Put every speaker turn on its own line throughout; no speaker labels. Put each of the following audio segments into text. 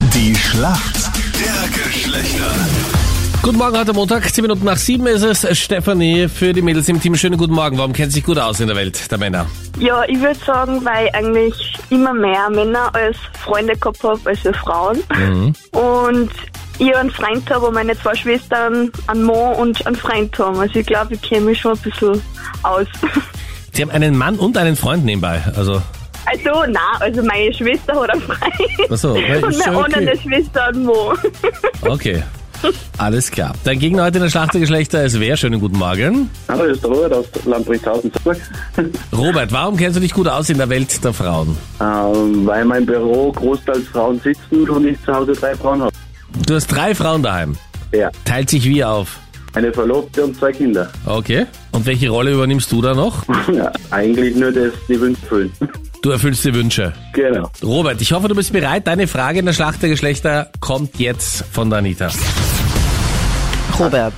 Die Schlacht der Geschlechter.
Guten Morgen, heute Montag, 10 Minuten nach 7 ist es. Stefanie für die Mädels im Team. Schönen guten Morgen. Warum kennt sich gut aus in der Welt der Männer?
Ja, ich würde sagen, weil ich eigentlich immer mehr Männer als Freunde gehabt habe als wir Frauen.
Mhm.
Und ich einen Freund habe und meine zwei Schwestern einen Mann und einen Freund haben. Also ich glaube, ich kenne mich schon ein bisschen aus.
Sie haben einen Mann und einen Freund nebenbei. Also,
Also na, also meine Schwester hat einen Freund.
Ach so, weil-
und
ist schon
meine
okay.
andere Schwester einen Mann.
okay. Alles klar. Dein Gegner heute in der Schlacht der Geschlechter ist wer? Schönen guten Morgen.
Hallo, hier ist der Robert aus Lambrichthausen zurück.
Robert, warum kennst du dich gut aus in der Welt der Frauen?
ähm, weil mein Büro großteils Frauen sitzen und ich zu Hause drei Frauen habe.
Du hast drei Frauen daheim.
Ja.
Teilt sich wie auf?
Eine Verlobte und zwei Kinder.
Okay. Und welche Rolle übernimmst du da noch?
ja, eigentlich nur das, die Wünsche füllen.
Du erfüllst die Wünsche.
genau.
Robert, ich hoffe, du bist bereit. Deine Frage in der Schlacht der Geschlechter kommt jetzt von der Anita.
Robert.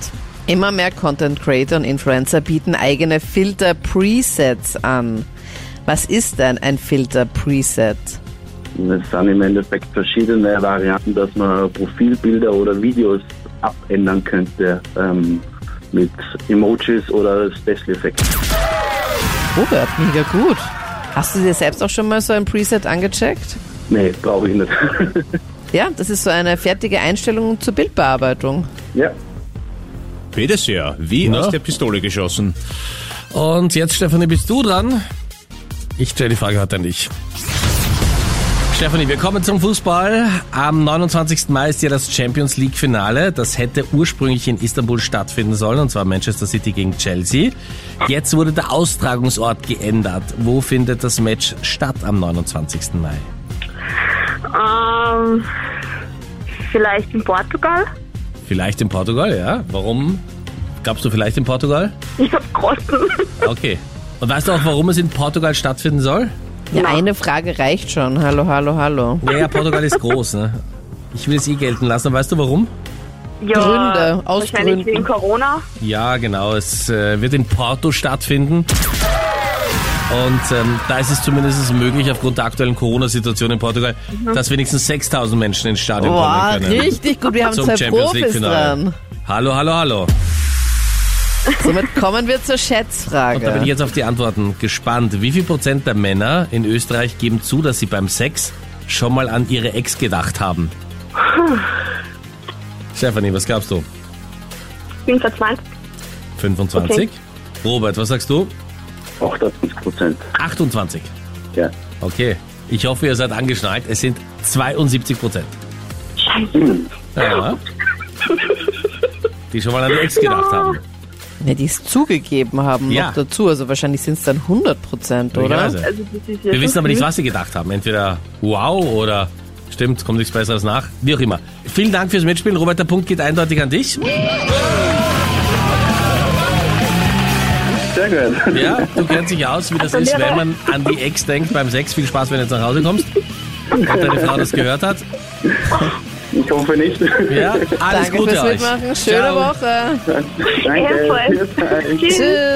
Immer mehr Content Creator und Influencer bieten eigene Filter-Presets an. Was ist denn ein Filter-Preset?
Und Es sind im Endeffekt verschiedene Varianten, dass man Profilbilder oder Videos abändern könnte ähm, mit Emojis oder Special Effects.
Robert, mega gut. Hast du dir selbst auch schon mal so ein Preset angecheckt?
Nee, brauche ich nicht.
Ja, das ist so eine fertige Einstellung zur Bildbearbeitung.
ja,
Peter sehr, wie
Na?
aus der Pistole geschossen.
Und jetzt, Stefanie, bist du dran? Ich stelle die Frage heute an dich. Stefanie, wir kommen zum Fußball. Am 29. Mai ist ja das Champions League Finale. Das hätte ursprünglich in Istanbul stattfinden sollen, und zwar Manchester City gegen Chelsea. Jetzt wurde der Austragungsort geändert. Wo findet das Match statt am 29. Mai?
Ähm, vielleicht in Portugal?
Vielleicht in Portugal, ja? Warum? Gabst du vielleicht in Portugal?
Ich habe Grotten.
Okay. Und weißt du auch, warum es in Portugal stattfinden soll?
Ja, eine Frage reicht schon. Hallo, hallo, hallo.
Naja, Portugal ist groß, ne? Ich will es eh gelten lassen. Weißt du warum?
Ja,
Gründe, aus
wahrscheinlich
Gründen.
wegen Corona.
Ja, genau. Es äh, wird in Porto stattfinden. Und ähm, da ist es zumindest möglich, aufgrund der aktuellen Corona-Situation in Portugal, dass wenigstens 6000 Menschen ins Stadion
Boah,
kommen können.
richtig gut. Wir haben
Zum
zwei
Champions League
Profis
Finale.
dran.
Hallo, hallo, hallo.
Somit kommen wir
Und da bin
zur
ich
Schätzfrage.
jetzt auf die Antworten gespannt. Wie viel Prozent der Männer in Österreich geben zu, dass sie beim Sex schon mal an ihre Ex gedacht haben? Stephanie, was glaubst du?
Ich bin seit 20.
25? Robert, was sagst du?
28 Prozent.
28.
Ja.
Okay. Ich hoffe, ihr seid angeschnallt. Es sind 72 Prozent.
Scheiße.
Ja. Die schon mal an die Ex gedacht haben.
Ja, die es zugegeben haben
Ja.
noch dazu. Also wahrscheinlich sind es dann 100 Prozent, oder?
Möglicherweise.
Also das ist ja
Wir wissen
schon
aber nicht,
viel.
was sie gedacht haben. Entweder wow oder stimmt, kommt nichts Besseres nach. Wie auch immer. Vielen Dank fürs Mitspielen. Robert, der Punkt geht eindeutig an dich.
Sehr gut.
Ja, du kennst dich aus, wie das ist, wenn man an die Ex denkt beim Sex. Viel Spaß, wenn du jetzt nach Hause kommst. Und deine Frau das gehört hat.
Ich hoffe nicht.
Ja, alles
Danke
Gute
fürs
euch.
Mitmachen. Schöne
Ciao.
Woche.
Danke.
Ebenfalls.
Bis bald.
Tschüss.